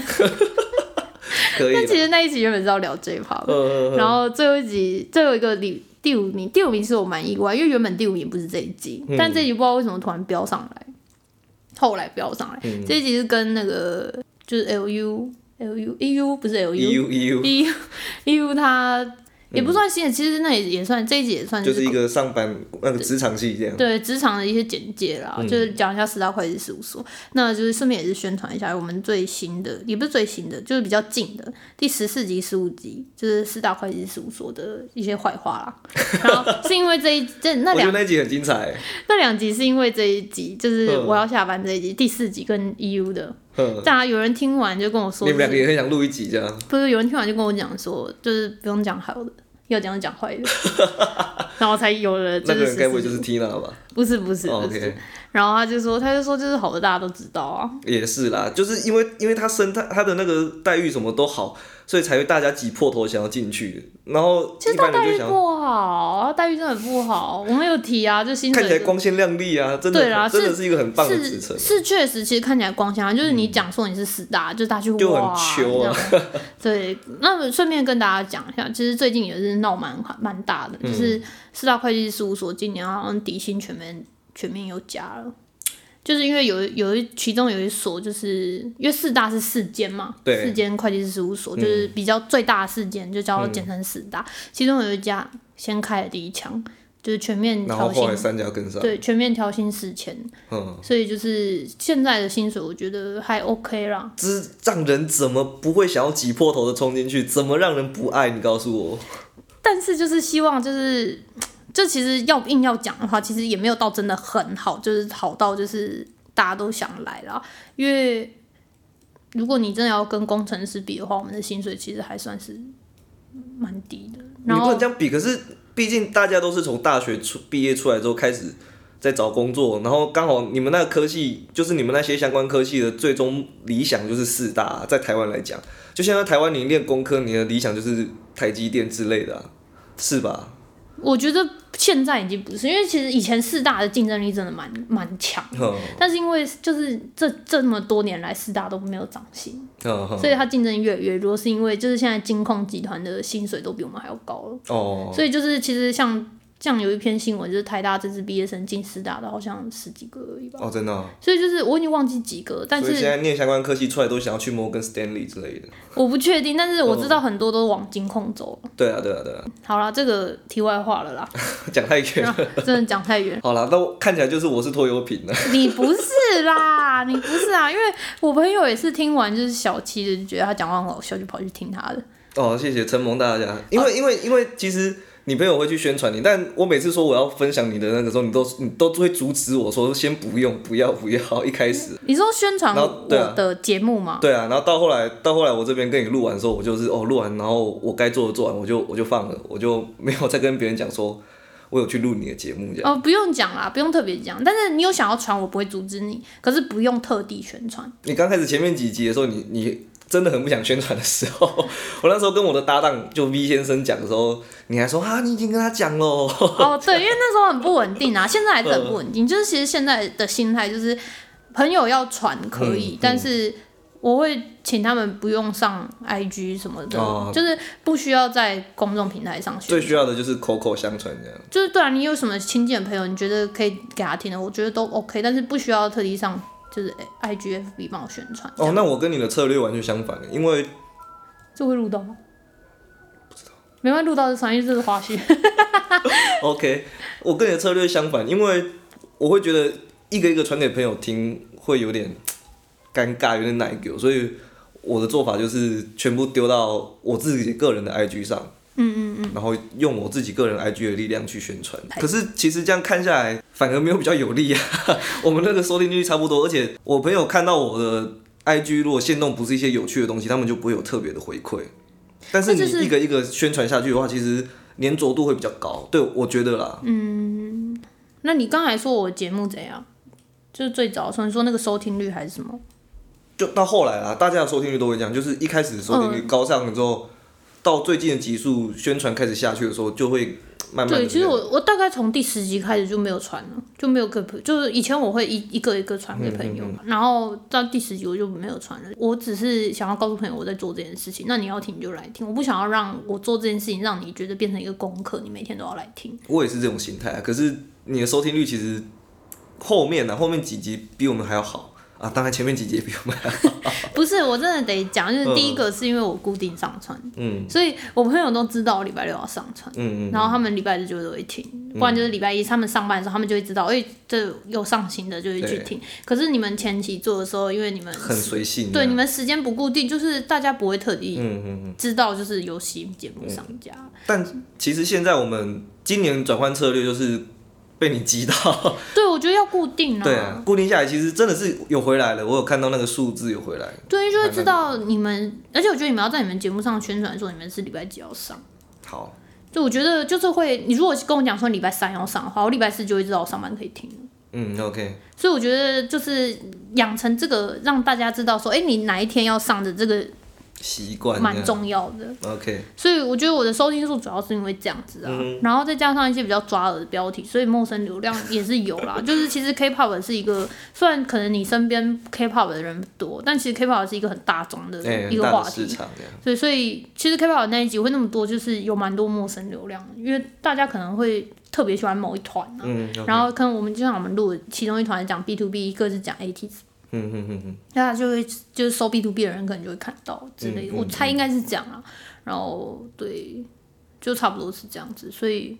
[SPEAKER 2] 可以
[SPEAKER 1] 但其
[SPEAKER 2] 啦。
[SPEAKER 1] 实那一集原本是要聊 J-pop，、
[SPEAKER 2] 呃，
[SPEAKER 1] 然后最后一集最后一个第第五名，第五名是我蛮意外，因为原本第五名不是这一集，
[SPEAKER 2] 嗯
[SPEAKER 1] 但这一集不知道为什么突然飙上来，后来飙上来，
[SPEAKER 2] 嗯
[SPEAKER 1] 这一集是跟那个就是 L U L U E U 不是 L U。
[SPEAKER 2] EU EU
[SPEAKER 1] E U E U 它也不算新的，其实那也也算这一集也算
[SPEAKER 2] 嗯就是一个上班那个嗯职场戏这样，
[SPEAKER 1] 对职场的一些简介啦，就是讲一下四大会计事务所，那就是顺便也是宣传一下我们最新的，也不是最新的，就是比较近的第十四集、十五集，就是四大会计事务所的一些坏话啦。然 后是因为这一这那
[SPEAKER 2] 我觉得
[SPEAKER 1] 两
[SPEAKER 2] 那一集很精彩，
[SPEAKER 1] 那两集是因为这一集，就是
[SPEAKER 2] 嗯
[SPEAKER 1] 我要下班这一集，第四集跟 E U 的，
[SPEAKER 2] 嗯，
[SPEAKER 1] 大家有人听完就跟我说
[SPEAKER 2] 你们两
[SPEAKER 1] 是
[SPEAKER 2] 个也很想录一集这样，
[SPEAKER 1] 不是有人听完就跟我讲说，就是不用讲好的，要讲就讲坏 的，然后才有了就
[SPEAKER 2] 那个
[SPEAKER 1] 是
[SPEAKER 2] 人该不会就
[SPEAKER 1] 事
[SPEAKER 2] 是 Tina 吧
[SPEAKER 1] 实不是不是
[SPEAKER 2] 哦
[SPEAKER 1] 不是
[SPEAKER 2] ？OK，，
[SPEAKER 1] 然后他就说他就说就是好的大家都知道啊，
[SPEAKER 2] 也是啦，就是因为因为他生态他的那个待遇什么都好，所以才会大家挤破头想要进去，然后
[SPEAKER 1] 其
[SPEAKER 2] 一
[SPEAKER 1] 实他
[SPEAKER 2] 般
[SPEAKER 1] 待
[SPEAKER 2] 人
[SPEAKER 1] 遇
[SPEAKER 2] 就想要
[SPEAKER 1] 不好，他待遇真的很不好，我们有提啊，就薪
[SPEAKER 2] 看起来
[SPEAKER 1] 水。
[SPEAKER 2] 光鲜亮丽啊，真
[SPEAKER 1] 对啦
[SPEAKER 2] 的真的
[SPEAKER 1] 是
[SPEAKER 2] 是一个很棒的职
[SPEAKER 1] 是
[SPEAKER 2] 称。
[SPEAKER 1] 是，确实，其实看起来光鲜啊，就是你讲说你是四大，就是大家去
[SPEAKER 2] 就很
[SPEAKER 1] 哇，
[SPEAKER 2] 秋啊
[SPEAKER 1] 这样 对，那么顺便跟大家讲一下，其实最近也是闹蛮蛮大的，
[SPEAKER 2] 嗯
[SPEAKER 1] 就是四大会计事务所今年好像底薪全面全面又加了，就是因为有有一其中有一所，就是因为四大是四间嘛，
[SPEAKER 2] 对嗯
[SPEAKER 1] 四间会计师事务所、就是比较最大的四间，就叫简称四大，其中有一家先开了第一枪，就是全面
[SPEAKER 2] 然后
[SPEAKER 1] 调
[SPEAKER 2] 后来
[SPEAKER 1] 薪，
[SPEAKER 2] 三家跟上，
[SPEAKER 1] 对，全面调薪四千。
[SPEAKER 2] 嗯，
[SPEAKER 1] 所以就是现在的薪水，我觉得还 OK 啦。
[SPEAKER 2] 这让人怎么不会想要挤破头的冲进去？怎么让人不爱？你告诉我，
[SPEAKER 1] 但是就是希望就是，这其实要硬要讲的话，其实也没有到真的很好，就是好到就是大家都想来啦。因为如果你真的要跟工程师比的话，我们的薪水其实还算是蛮低的。
[SPEAKER 2] 你
[SPEAKER 1] 然
[SPEAKER 2] 不
[SPEAKER 1] 后
[SPEAKER 2] 能这样比。可是毕竟大家都是从大学出毕业出来之后开始在找工作，然后刚好你们那个科系，就是你们那些相关科系的最终理想就是四大啊、在台湾来讲，就像在台湾你练工科，你的理想就是台积电之类的、啊，是吧？
[SPEAKER 1] 我觉得现在已经不是，因为其实以前四大的竞争力真的蛮蛮强，
[SPEAKER 2] 嗯
[SPEAKER 1] 但是因为就是这这么多年来四大都没有涨薪。
[SPEAKER 2] 嗯嗯
[SPEAKER 1] 所以它竞争越来越弱，是因为就是现在金控集团的薪水都比我们还要高了，
[SPEAKER 2] 哦，
[SPEAKER 1] 所以就是其实像像有一篇新闻，就是台大这次毕业生进师大的好像十几个而已吧，
[SPEAKER 2] 哦，真的哦、
[SPEAKER 1] 所以就是我已经忘记几个，但
[SPEAKER 2] 所以现
[SPEAKER 1] 是
[SPEAKER 2] 在念相关科系出来都想要去摩根 Stanley 之类的。
[SPEAKER 1] 我不确定，但是
[SPEAKER 2] 嗯
[SPEAKER 1] 我知道很多都往金控走了。
[SPEAKER 2] 对啊，对啊，对啊，
[SPEAKER 1] 好啦，这个题外话了啦，
[SPEAKER 2] 讲 太远。
[SPEAKER 1] 真的讲太远，
[SPEAKER 2] 好啦，那我看起来就是我是拖油瓶了。
[SPEAKER 1] 你不是啦， 你不是啊，因为我朋友也是听完就是小七的，就觉得他讲话很好笑，就跑去听他的。
[SPEAKER 2] 哦，谢谢承蒙大家，因为、因为因为其实你朋友会去宣传你，但我每次说我要分享你的那个时候，你都你都会阻止我说先不用，不要不要，一开始。
[SPEAKER 1] 你说宣传
[SPEAKER 2] 然
[SPEAKER 1] 我
[SPEAKER 2] 后对啊
[SPEAKER 1] 的节目吗？
[SPEAKER 2] 对啊，然后到后来，到后来我这边跟你录完的时候，我就是哦录完，然后我该做的做完，我就我就放了，我就没有再跟别人讲说我有去录你的节目这样。
[SPEAKER 1] 哦，不用讲啦，不用特别讲。但是你有想要传，我不会阻止你，可是不用特地宣 传。
[SPEAKER 2] 你刚开始前面几集的时候，你你真的很不想宣传的时候，我那时候跟我的搭档就 V 先生讲的时候，你还说啊，你已经跟他讲了，
[SPEAKER 1] 哦，对，因为那时候很不稳定 啊，现在还是很不稳
[SPEAKER 2] 嗯
[SPEAKER 1] 定。就是其实现在的心态就是，朋友要传可以，
[SPEAKER 2] 嗯嗯
[SPEAKER 1] 但是我会请他们不用上 IG 什么的，
[SPEAKER 2] 哦
[SPEAKER 1] 就是不需要在公众平台上宣
[SPEAKER 2] 最需要的就是口口相传这样。
[SPEAKER 1] 就是对啊，你有什么亲近的朋友，你觉得可以给他听的，我觉得都 OK，但是不需要特地上就是 IGFB 帮我宣传。这
[SPEAKER 2] 哦，
[SPEAKER 1] 样
[SPEAKER 2] 那我跟你的策略完全相反的，因为
[SPEAKER 1] 这会录到吗？没关系，录到就传，因为这是花絮。
[SPEAKER 2] OK，我跟你的策略相反，因为我会觉得一个一个传给朋友听会有点尴尬，有点奶狗，所以我的做法就是全部丢到我自己个人的 IG 上，嗯嗯嗯，然后用我自己个人 IG 的力量去宣传。可是其实这样看下来，反而没有比较有利啊。 我们那个收听率差不多，而且我朋友看到我的 IG，如果限动不是一些有趣的东西，他们就不会有特别的回馈。但是
[SPEAKER 1] 那就是
[SPEAKER 2] 你一个一个宣传下去的话，其实粘着度会比较高。对，我觉得啦，
[SPEAKER 1] 那你刚才说我节目怎样？就是最早的时候，你说那个收听率还是什么？
[SPEAKER 2] 就到后来啊啦，大家的收听率都会这样，就是一开始收听率高上了之后，到最近的集数宣传开始下去的时候，就会慢慢的。
[SPEAKER 1] 对，其实我我大概从第十集开始就没有传了，就没有给朋，就是以前我会一一个一个传给
[SPEAKER 2] 嗯
[SPEAKER 1] 朋友，嘛，然后到第十集我就没有传了。我只是想要告诉朋友我在做这件事情，那你要听你就来听，我不想要让我做这件事情让你觉得变成一个功课，你每天都要来听。
[SPEAKER 2] 我也是这种心态、啊，可是你的收听率其实后面呢、后面几集比我们还要好啊，当然前面几集也比我们还好。
[SPEAKER 1] 不是，我真的得讲，就是
[SPEAKER 2] 嗯
[SPEAKER 1] 第一个是因为我固定上传，
[SPEAKER 2] 嗯
[SPEAKER 1] 所以我朋友都知道我礼拜六要上传。
[SPEAKER 2] 嗯嗯，
[SPEAKER 1] 然后他们礼拜日就会听，不然就是礼拜一他们上班的时候，他们就会知道，哎、这有上新的就会去
[SPEAKER 2] 对
[SPEAKER 1] 听。可是你们前期做的时候，因为你们
[SPEAKER 2] 很随性、
[SPEAKER 1] 对你
[SPEAKER 2] 们，
[SPEAKER 1] 们时间不固定，就是大家不会特地
[SPEAKER 2] 嗯嗯嗯。
[SPEAKER 1] 知道，就是有新节目上架。
[SPEAKER 2] 但其实现在我们今年转换策略就是被你击到，
[SPEAKER 1] 对，我觉得要固定
[SPEAKER 2] 嗯对啊，固定下来其实真的是有回来了，我有看到那个数字有回来。
[SPEAKER 1] 对，就会知道你们，而且我觉得你们要在你们节目上宣传说你们是礼拜几要上。
[SPEAKER 2] 好，
[SPEAKER 1] 就我觉得就是会，你如果跟我讲说礼拜三要上的话，我礼拜四就会知道我上班可以听了。
[SPEAKER 2] 嗯，OK，
[SPEAKER 1] 所以我觉得就是养成这个让大家知道说，哎、你哪一天要上的这个
[SPEAKER 2] 习惯这
[SPEAKER 1] 蛮
[SPEAKER 2] 样
[SPEAKER 1] 重要的。
[SPEAKER 2] OK，
[SPEAKER 1] 所以我觉得我的收听数主要是因为这样子啊，
[SPEAKER 2] 嗯
[SPEAKER 1] 然后再加上一些比较抓耳的标题，所以陌生流量也是有 啦。就是其实 K-pop 是一个，虽然可能你身边 K-pop 的人不多，但其实 K-pop 是一个很大众的
[SPEAKER 2] 哎、
[SPEAKER 1] 一
[SPEAKER 2] 很
[SPEAKER 1] 个
[SPEAKER 2] 大
[SPEAKER 1] 话
[SPEAKER 2] 的
[SPEAKER 1] 题
[SPEAKER 2] 市。场这样。
[SPEAKER 1] 对，所以其实 K-pop 那一集会那么多，就是有蛮多陌生流量的，因为大家可能会特别喜欢某一团啊。
[SPEAKER 2] 嗯
[SPEAKER 1] 然后可能我们就像我们录的其中一团讲 B to B，一个是讲 AT，
[SPEAKER 2] 嗯嗯嗯 嗯，
[SPEAKER 1] 那就会就是收 B to B 的人可能就会看到之类的，
[SPEAKER 2] 嗯嗯嗯
[SPEAKER 1] 我猜应该是这样啊。然后对，就差不多是这样子，所以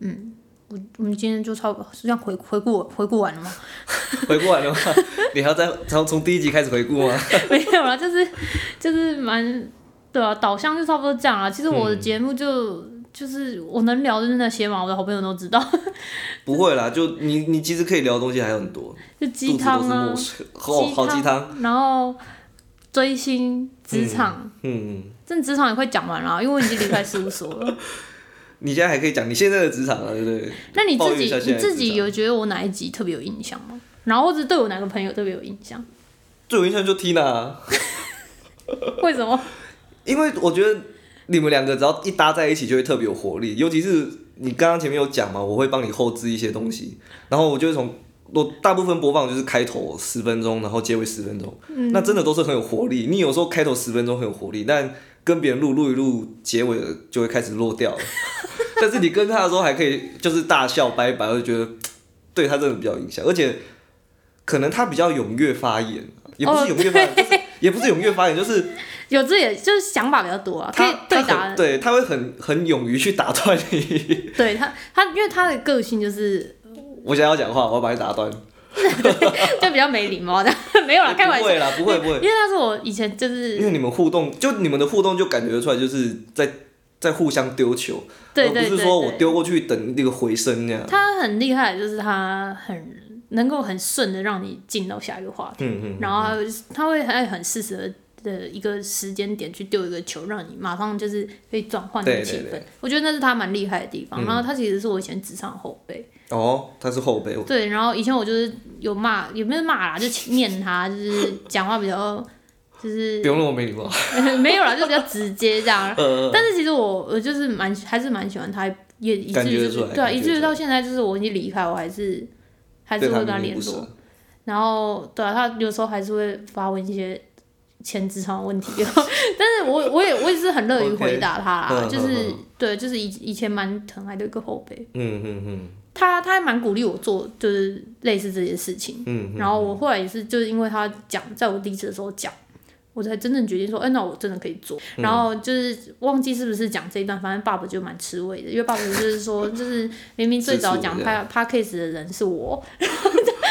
[SPEAKER 1] 嗯，我我们今天就差不多是这样回回顾回顾完了吗？
[SPEAKER 2] 回顾完的话，你还要再从从第一集开始回顾吗？
[SPEAKER 1] 没有啦，就是就是蛮对啊，导向就差不多这样啦。其实我的节目就。就是我能聊的就是那些嘛，我的好朋友都知道，
[SPEAKER 2] 不会啦，就你你其实可以聊的东西还有很多，
[SPEAKER 1] 就
[SPEAKER 2] 肚
[SPEAKER 1] 鸡
[SPEAKER 2] 子都
[SPEAKER 1] 汤
[SPEAKER 2] 是
[SPEAKER 1] 啊
[SPEAKER 2] 墨，水，哦，好鸡汤。，
[SPEAKER 1] 然后追星、职场，
[SPEAKER 2] 嗯，
[SPEAKER 1] 这职场也快讲完了啊，因为我已经离开事务所了。
[SPEAKER 2] 你现在还可以讲你现在的职场啊，对不对？
[SPEAKER 1] 那你自
[SPEAKER 2] 抱怨一
[SPEAKER 1] 己
[SPEAKER 2] 下
[SPEAKER 1] 你
[SPEAKER 2] 现在的
[SPEAKER 1] 自己有觉得我哪一集特别有印象吗？然后或者对我哪个朋友特别有印象？
[SPEAKER 2] 最有印象就 Tina，啊
[SPEAKER 1] 为什么？
[SPEAKER 2] 因为我觉得你们两个只要一搭在一起就会特别有活力，尤其是你刚刚前面有讲嘛，我会帮你后置一些东西，然后我就会从我大部分播放就是开头十分钟，然后结尾十分钟，那真的都是很有活力。你有时候开头十分钟很有活力，但跟别人录录一录，结尾就会开始落掉了。但是你跟他的时候还可以就是大笑拜拜，我就觉得对他真的比较有影响，而且可能他比较踊跃发言，啊也不是
[SPEAKER 1] 哦
[SPEAKER 2] 踊跃发言，就是也不是踊跃发言，就是。
[SPEAKER 1] 有自己的就是想法比较多啊，可以
[SPEAKER 2] 他
[SPEAKER 1] 对
[SPEAKER 2] 他
[SPEAKER 1] 答
[SPEAKER 2] 很。对，他会很很勇于去打断你。
[SPEAKER 1] 对他，他因为他的个性就是
[SPEAKER 2] 我想要讲话，我要把你打断。哎
[SPEAKER 1] 就比较没礼貌的，没 有啦，开玩
[SPEAKER 2] 不
[SPEAKER 1] 笑。
[SPEAKER 2] 会啦，不会不会呃
[SPEAKER 1] 因，为他是我以前 就是
[SPEAKER 2] 因为你们互动，就你们的互动就感觉出来，就是在在互相丢球，
[SPEAKER 1] 对
[SPEAKER 2] 而
[SPEAKER 1] 对
[SPEAKER 2] 不
[SPEAKER 1] 对
[SPEAKER 2] 是说我
[SPEAKER 1] 对，
[SPEAKER 2] 丢过去等那个回声那样。
[SPEAKER 1] 他很厉害，就是他很能够很顺的让你进到下一个话题，
[SPEAKER 2] 嗯嗯，
[SPEAKER 1] 然后他会还很适时的的一个时间点去丢一个球，让你马上就是可以转换那
[SPEAKER 2] 对
[SPEAKER 1] 个气
[SPEAKER 2] 对嗯
[SPEAKER 1] 氛
[SPEAKER 2] 对。
[SPEAKER 1] 我觉得那是他蛮厉害的地方。然后他其实是我以前职场后辈，
[SPEAKER 2] 哦，他是后辈，我
[SPEAKER 1] 对，然后以前我就是有骂，也没有骂啦，就念他，就是讲话比较 就是
[SPEAKER 2] 不用那么没礼貌。
[SPEAKER 1] 没有啦，就比较直接这样。
[SPEAKER 2] 呃，
[SPEAKER 1] 但是其实我我就是蛮还是蛮喜欢他，也以至
[SPEAKER 2] 感觉
[SPEAKER 1] 于
[SPEAKER 2] 得
[SPEAKER 1] 就是
[SPEAKER 2] 出来
[SPEAKER 1] 对啊，
[SPEAKER 2] 感觉
[SPEAKER 1] 以
[SPEAKER 2] 得
[SPEAKER 1] 至于
[SPEAKER 2] 出来
[SPEAKER 1] 到现在就是我已经离开，我还是还是
[SPEAKER 2] 对
[SPEAKER 1] 会
[SPEAKER 2] 他
[SPEAKER 1] 跟他
[SPEAKER 2] 迷迷
[SPEAKER 1] 联
[SPEAKER 2] 不舍
[SPEAKER 1] 络。然后对啊，他有时候还是会发问一些前职场的问题， 但是我我也我也是很乐于
[SPEAKER 2] OK
[SPEAKER 1] 回答他啦
[SPEAKER 2] 嗯
[SPEAKER 1] 就
[SPEAKER 2] 嗯
[SPEAKER 1] 是
[SPEAKER 2] 嗯
[SPEAKER 1] 对，就是以以前蛮疼爱的一个后辈，
[SPEAKER 2] 嗯嗯 嗯
[SPEAKER 1] 他他还蛮鼓励我做就是类似这些事情。
[SPEAKER 2] 嗯嗯，
[SPEAKER 1] 然后我后来也是，就是因为他讲，在我离职的时候讲，我才真正决定说，哎、那我真的可以做。
[SPEAKER 2] 嗯
[SPEAKER 1] 然后就是忘记是不是讲这一段，反正爸爸就蛮吃味的，因为爸爸就是说，就是明明最早讲
[SPEAKER 2] 吃醋
[SPEAKER 1] pa p a c a s e 的人是我，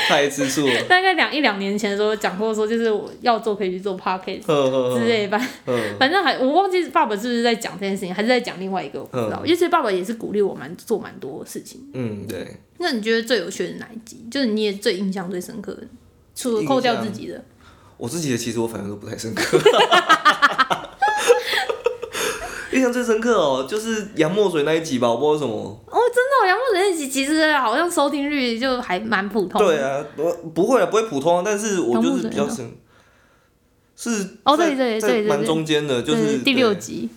[SPEAKER 2] 太吃 醋了。
[SPEAKER 1] 大概两一两年前的时候讲过说，就是我要做可以去做 p a c a s
[SPEAKER 2] 呃
[SPEAKER 1] e 之
[SPEAKER 2] 呃
[SPEAKER 1] 类吧，
[SPEAKER 2] 呃，
[SPEAKER 1] 反正还我忘记爸爸是不是在讲这件事情，还是在讲另外一个，我不知道。因为其实爸爸也是鼓励我蛮做蛮多事情。
[SPEAKER 2] 嗯，对，
[SPEAKER 1] 那你觉得最有趣的是哪一集？就是你也最印象最深刻的，除了
[SPEAKER 2] 印
[SPEAKER 1] 扣掉
[SPEAKER 2] 象
[SPEAKER 1] 自己的。
[SPEAKER 2] 我自己的其实我反正都不太深刻。 印象最深刻哦，就是杨墨水那一集吧，我不知道为什么。
[SPEAKER 1] 哦，真的、哦，杨过人一集其实好像收听率就还蛮普通。
[SPEAKER 2] 对啊，不不会啊，不会普通啊，但是我就
[SPEAKER 1] 杨墨
[SPEAKER 2] 是
[SPEAKER 1] 水
[SPEAKER 2] 比较
[SPEAKER 1] 呢
[SPEAKER 2] 深，是
[SPEAKER 1] 哦
[SPEAKER 2] 在
[SPEAKER 1] 对对
[SPEAKER 2] 在
[SPEAKER 1] 对对
[SPEAKER 2] 蛮
[SPEAKER 1] 对
[SPEAKER 2] 中间的，就
[SPEAKER 1] 对
[SPEAKER 2] 是
[SPEAKER 1] 第六
[SPEAKER 2] 对
[SPEAKER 1] 集，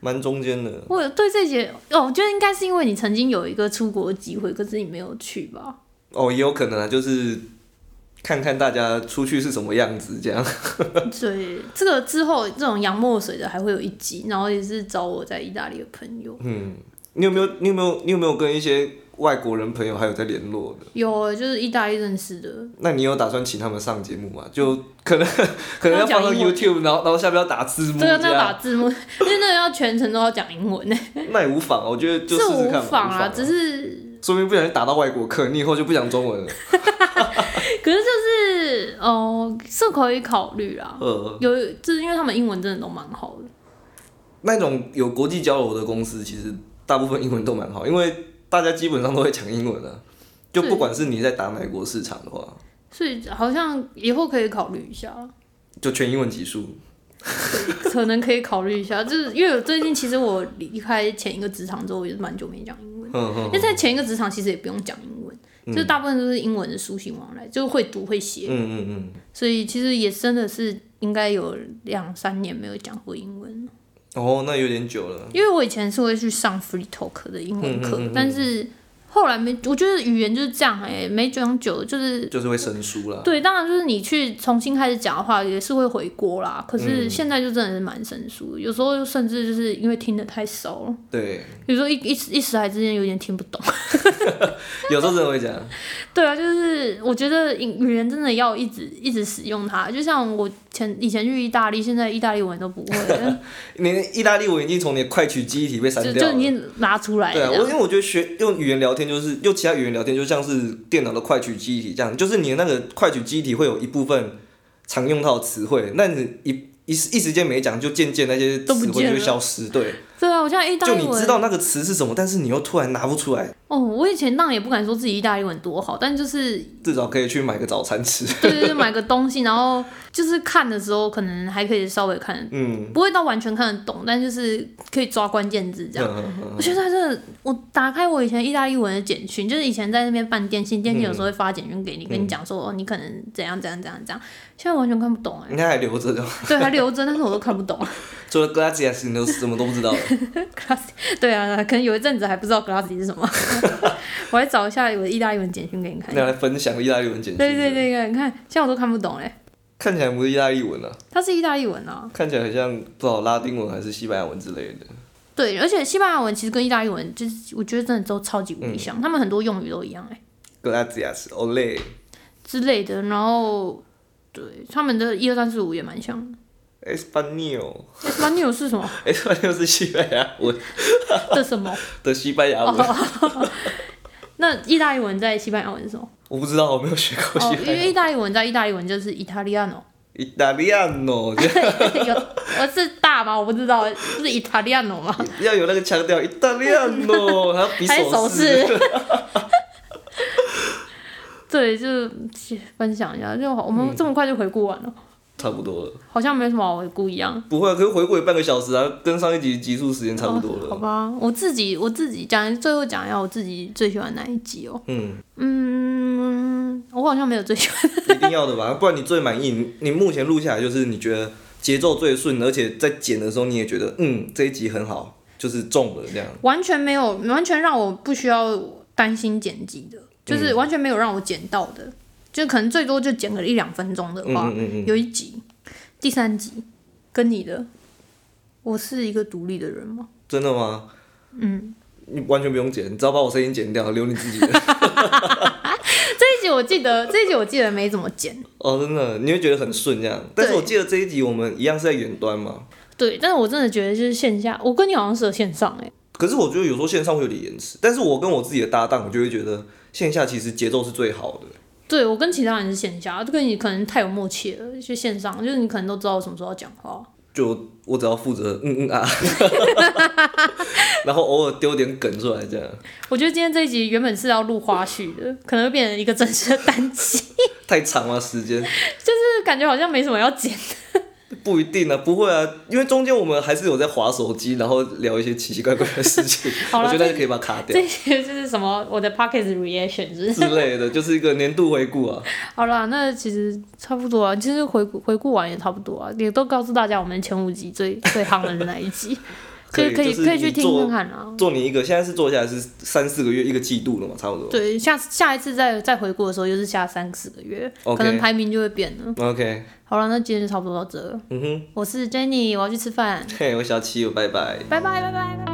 [SPEAKER 2] 蛮中间的。
[SPEAKER 1] 我有对这集，哦，我觉得应该是因为你曾经有一个出国的机会，可是你没有去吧？
[SPEAKER 2] 哦，也有可能啊，就是看看大家出去是什么样子这样。
[SPEAKER 1] 对，这个之后这种洋墨水的还会有一集，然后也是找我在意大利的朋友，
[SPEAKER 2] 嗯，你有没有你有没有你有没有跟一些外国人朋友还有在联络的？
[SPEAKER 1] 有就是意大利认识的，
[SPEAKER 2] 那你有打算请他们上节目吗？就可能 可能要
[SPEAKER 1] 讲
[SPEAKER 2] 放到
[SPEAKER 1] 英文
[SPEAKER 2] YouTube，然后然后下面要打字
[SPEAKER 1] 这
[SPEAKER 2] 幕这
[SPEAKER 1] 个那要打
[SPEAKER 2] 样，
[SPEAKER 1] 字幕， 因为那个要全程都要讲英文呢，
[SPEAKER 2] 那也无妨啊，我觉得就是试试
[SPEAKER 1] 无
[SPEAKER 2] 看吧。
[SPEAKER 1] 妨
[SPEAKER 2] 无
[SPEAKER 1] 啊，只是
[SPEAKER 2] 说不定不小心打到外国客，你以后就不讲 中文了。
[SPEAKER 1] 可是就是哦，是可以考虑啦。
[SPEAKER 2] 呃，
[SPEAKER 1] 有，就是因为他们英文真的都蛮好的。
[SPEAKER 2] 那种有国际交流的公司，其实大部分英文都蛮好，因为大家基本上都会讲英文啊。就不管是你在打哪国市场的话，
[SPEAKER 1] 所以好像以后可以考虑一下，
[SPEAKER 2] 就全英文级数。
[SPEAKER 1] 可能可以考虑一下，就是因为我最近其实我离开前一个职场之后，我也是蛮久没讲英文，
[SPEAKER 2] 嗯嗯
[SPEAKER 1] 因为在前一个职场其实也不用讲英文，就是大部分都是英文的书信往来，就会读会写，
[SPEAKER 2] 嗯嗯嗯。
[SPEAKER 1] 所以其实也真的是应该有两三年没有讲过英文，
[SPEAKER 2] 哦，那有点久了。
[SPEAKER 1] 因为我以前是会去上 Free Talk 的英文课，
[SPEAKER 2] 嗯嗯嗯嗯
[SPEAKER 1] 但是后来没，我觉得语言就是这样哎、没讲久就是
[SPEAKER 2] 就是会生疏啦。
[SPEAKER 1] 对，当然就是你去重新开始讲的话，也是会回锅啦。可是
[SPEAKER 2] 嗯
[SPEAKER 1] 现在就真的是蛮生疏，有时候甚至就是因为听得太熟了，
[SPEAKER 2] 对，
[SPEAKER 1] 有时候一一时一时还之间有点听不懂。
[SPEAKER 2] 有时候真的会讲。
[SPEAKER 1] 对啊，就是我觉得语语言真的要一直一直使用它。就像我前以前去意大利，现在意大利文都不会了，
[SPEAKER 2] 你的意大利文已经从你的快取记忆体被删
[SPEAKER 1] 就
[SPEAKER 2] 掉
[SPEAKER 1] 就已
[SPEAKER 2] 了。
[SPEAKER 1] 经拿出来
[SPEAKER 2] 对啊，
[SPEAKER 1] 了
[SPEAKER 2] 我
[SPEAKER 1] 这样。
[SPEAKER 2] 因为我觉得学用语言聊天就是用其他语言聊天，就像是电脑的快取记忆体这样，就是你的那个快取记忆体会有一部分常用到的词汇，那你一一时一时间没讲，就渐渐那些
[SPEAKER 1] 都不
[SPEAKER 2] 词汇就
[SPEAKER 1] 见
[SPEAKER 2] 会
[SPEAKER 1] 了
[SPEAKER 2] 消失。对，
[SPEAKER 1] 对啊，我现在意大
[SPEAKER 2] 就
[SPEAKER 1] 利
[SPEAKER 2] 你知
[SPEAKER 1] 文
[SPEAKER 2] 道那个词是什么，但是你又突然拿不出来，
[SPEAKER 1] 哦，我以前当然也不敢说自己意大利文多好，但就是
[SPEAKER 2] 至少可以去买个早餐吃。
[SPEAKER 1] 对对对，买个东西，然后就是看的时候可能还可以稍微看得
[SPEAKER 2] 嗯，
[SPEAKER 1] 不会到完全看得懂，但就是可以抓关键字这样。
[SPEAKER 2] 嗯嗯
[SPEAKER 1] 我觉得真的，我打开我以前意大利文的简讯，就是以前在那边办电信，电信有时候会发简讯给你，跟你讲说哦，你可能怎样怎样怎样怎样，现在完全看不 懂哎、
[SPEAKER 2] 应该还留着的，
[SPEAKER 1] 对，还留着，但是我都看不懂。
[SPEAKER 2] 除了 glacias，你都什么都不知 道了。
[SPEAKER 1] 对啊，可能有一阵子还不知道 glassy 是什么，我还找一下我的意大利文简讯给你看。
[SPEAKER 2] 那来分享意大利文简讯。
[SPEAKER 1] 对对，对对，你看，现在我都看不懂哎、
[SPEAKER 2] 看起来不是意大利文啊。
[SPEAKER 1] 它是意大利文啊。
[SPEAKER 2] 看起来很像不知道拉丁文还是西班牙文之类的。
[SPEAKER 1] 对，而且西班牙文其实跟意大利文就是，我觉得真的都超级无敌像，他们很多用语都一样哎、
[SPEAKER 2] Gracias, ole。
[SPEAKER 1] 之类的，然后对他们的一二三四五也蛮像的。e
[SPEAKER 2] Espanol，
[SPEAKER 1] s p a n o 是什么
[SPEAKER 2] Espanol 是西班牙文
[SPEAKER 1] 的什 么？
[SPEAKER 2] 的西班牙文，
[SPEAKER 1] 哦 那意大利文在西班牙文是什么？
[SPEAKER 2] 我不知道，我没有学过
[SPEAKER 1] 哦
[SPEAKER 2] 西，班
[SPEAKER 1] 因
[SPEAKER 2] 牙文。
[SPEAKER 1] 为意大利文在意大利文就是 Italiano，
[SPEAKER 2] Italiano 这样
[SPEAKER 1] 有我是大吗？我不知道，是 Italiano 吗？
[SPEAKER 2] 要有那个腔调，Italiano，还要比
[SPEAKER 1] 还是手
[SPEAKER 2] 势。
[SPEAKER 1] 势？ 对，就是分享一下，就好我们这么快就回顾完了。
[SPEAKER 2] 差不多了。
[SPEAKER 1] 好像没什么好回顾一样。
[SPEAKER 2] 不会、啊，可是回顾也半个小时啊，跟上一集集数时间差不多
[SPEAKER 1] 哦好
[SPEAKER 2] 了。
[SPEAKER 1] 吧，我自己我自己讲，最后讲一下我自己最喜欢哪一集哦。
[SPEAKER 2] 嗯，
[SPEAKER 1] 嗯，我好像没有最喜欢。
[SPEAKER 2] 一定要的吧，不然你最满意，你你目前录下来就是你觉得节奏最顺，而且在剪的时候你也觉得嗯这一集很好，就是中了这样。
[SPEAKER 1] 完全没有，完全让我不需要担心剪辑
[SPEAKER 2] 嗯
[SPEAKER 1] 的，就是完全没有让我剪到的，就可能最多就剪个一两分钟的
[SPEAKER 2] 嗯
[SPEAKER 1] 话，
[SPEAKER 2] 嗯嗯嗯，
[SPEAKER 1] 有一集，第三集跟你的，我是一个独立的人吗？
[SPEAKER 2] 真的吗？嗯，你完全不用剪，你只要把我声音剪掉，留你自己的。
[SPEAKER 1] 这一集我记得，这一集我记得没怎么剪，
[SPEAKER 2] 哦，真的，你会觉得很顺这样。但是我记得这一集我们一样是在远端嘛，
[SPEAKER 1] 对，但是我真的觉得就是线下，我跟你好像适合线上哎、
[SPEAKER 2] 可是我觉得有时候线上会有点延迟，但是我跟我自己的搭档，我就会觉得线下其实节奏是最好的。
[SPEAKER 1] 对我跟其他人是线下，这跟你可能太有默契了，就线上，就是你可能都知道我什么时候要讲话，
[SPEAKER 2] 就我只要负责嗯嗯啊， 然后偶尔丢点梗出来这样。
[SPEAKER 1] 我觉得今天这一集原本是要录花絮的，可能会变成一个正式的单集，
[SPEAKER 2] 太长了时间，
[SPEAKER 1] 就是感觉好像没什么要剪。
[SPEAKER 2] 不一定啊，不会啊，因为中间我们还是有在划手机，然后聊一些奇奇怪怪的事情，
[SPEAKER 1] 好
[SPEAKER 2] 我
[SPEAKER 1] 啦
[SPEAKER 2] 觉得大家可以把它卡掉
[SPEAKER 1] 这些就是什么我的 pocket reaction 是不是
[SPEAKER 2] 之类的，就是一个年度回顾啊。
[SPEAKER 1] 好啦，那其实差不多啊，其实回顾回顾完也差不多啊，也都告诉大家我们前五集最 最夯的是哪一集，可
[SPEAKER 2] 可以
[SPEAKER 1] 以可
[SPEAKER 2] 就
[SPEAKER 1] 以
[SPEAKER 2] 是
[SPEAKER 1] 可以去
[SPEAKER 2] 你
[SPEAKER 1] 听
[SPEAKER 2] 做
[SPEAKER 1] 看看啊。
[SPEAKER 2] 做你一个，现在是做下来是三四个月一个季度了嘛，差不多。
[SPEAKER 1] 对，下次下一次再再回顾的时候，又是下三四个月
[SPEAKER 2] OK
[SPEAKER 1] 可能排名就会变了。
[SPEAKER 2] OK，
[SPEAKER 1] 好了，那今天就差不多到这了。
[SPEAKER 2] 嗯哼，
[SPEAKER 1] 我是 Jenny，我要去吃饭，
[SPEAKER 2] 嘿，我小七，我拜拜。
[SPEAKER 1] 拜拜拜拜拜拜。